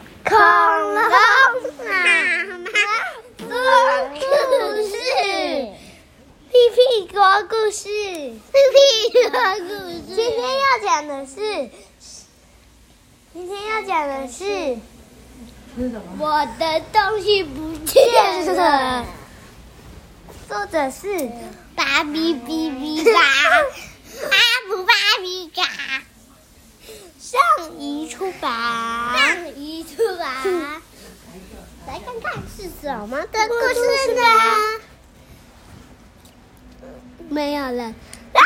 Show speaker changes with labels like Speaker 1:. Speaker 1: 恐龙妈妈说故事， 屁屁国故事，屁屁国故事。今天要讲的是，今天要讲的是
Speaker 2: 是什么？
Speaker 1: 我的东西不见了。 作者是芭比比比嘎，阿布芭比嘎，上一出版，上一出版。 来看看是什么的故事呢？没有了，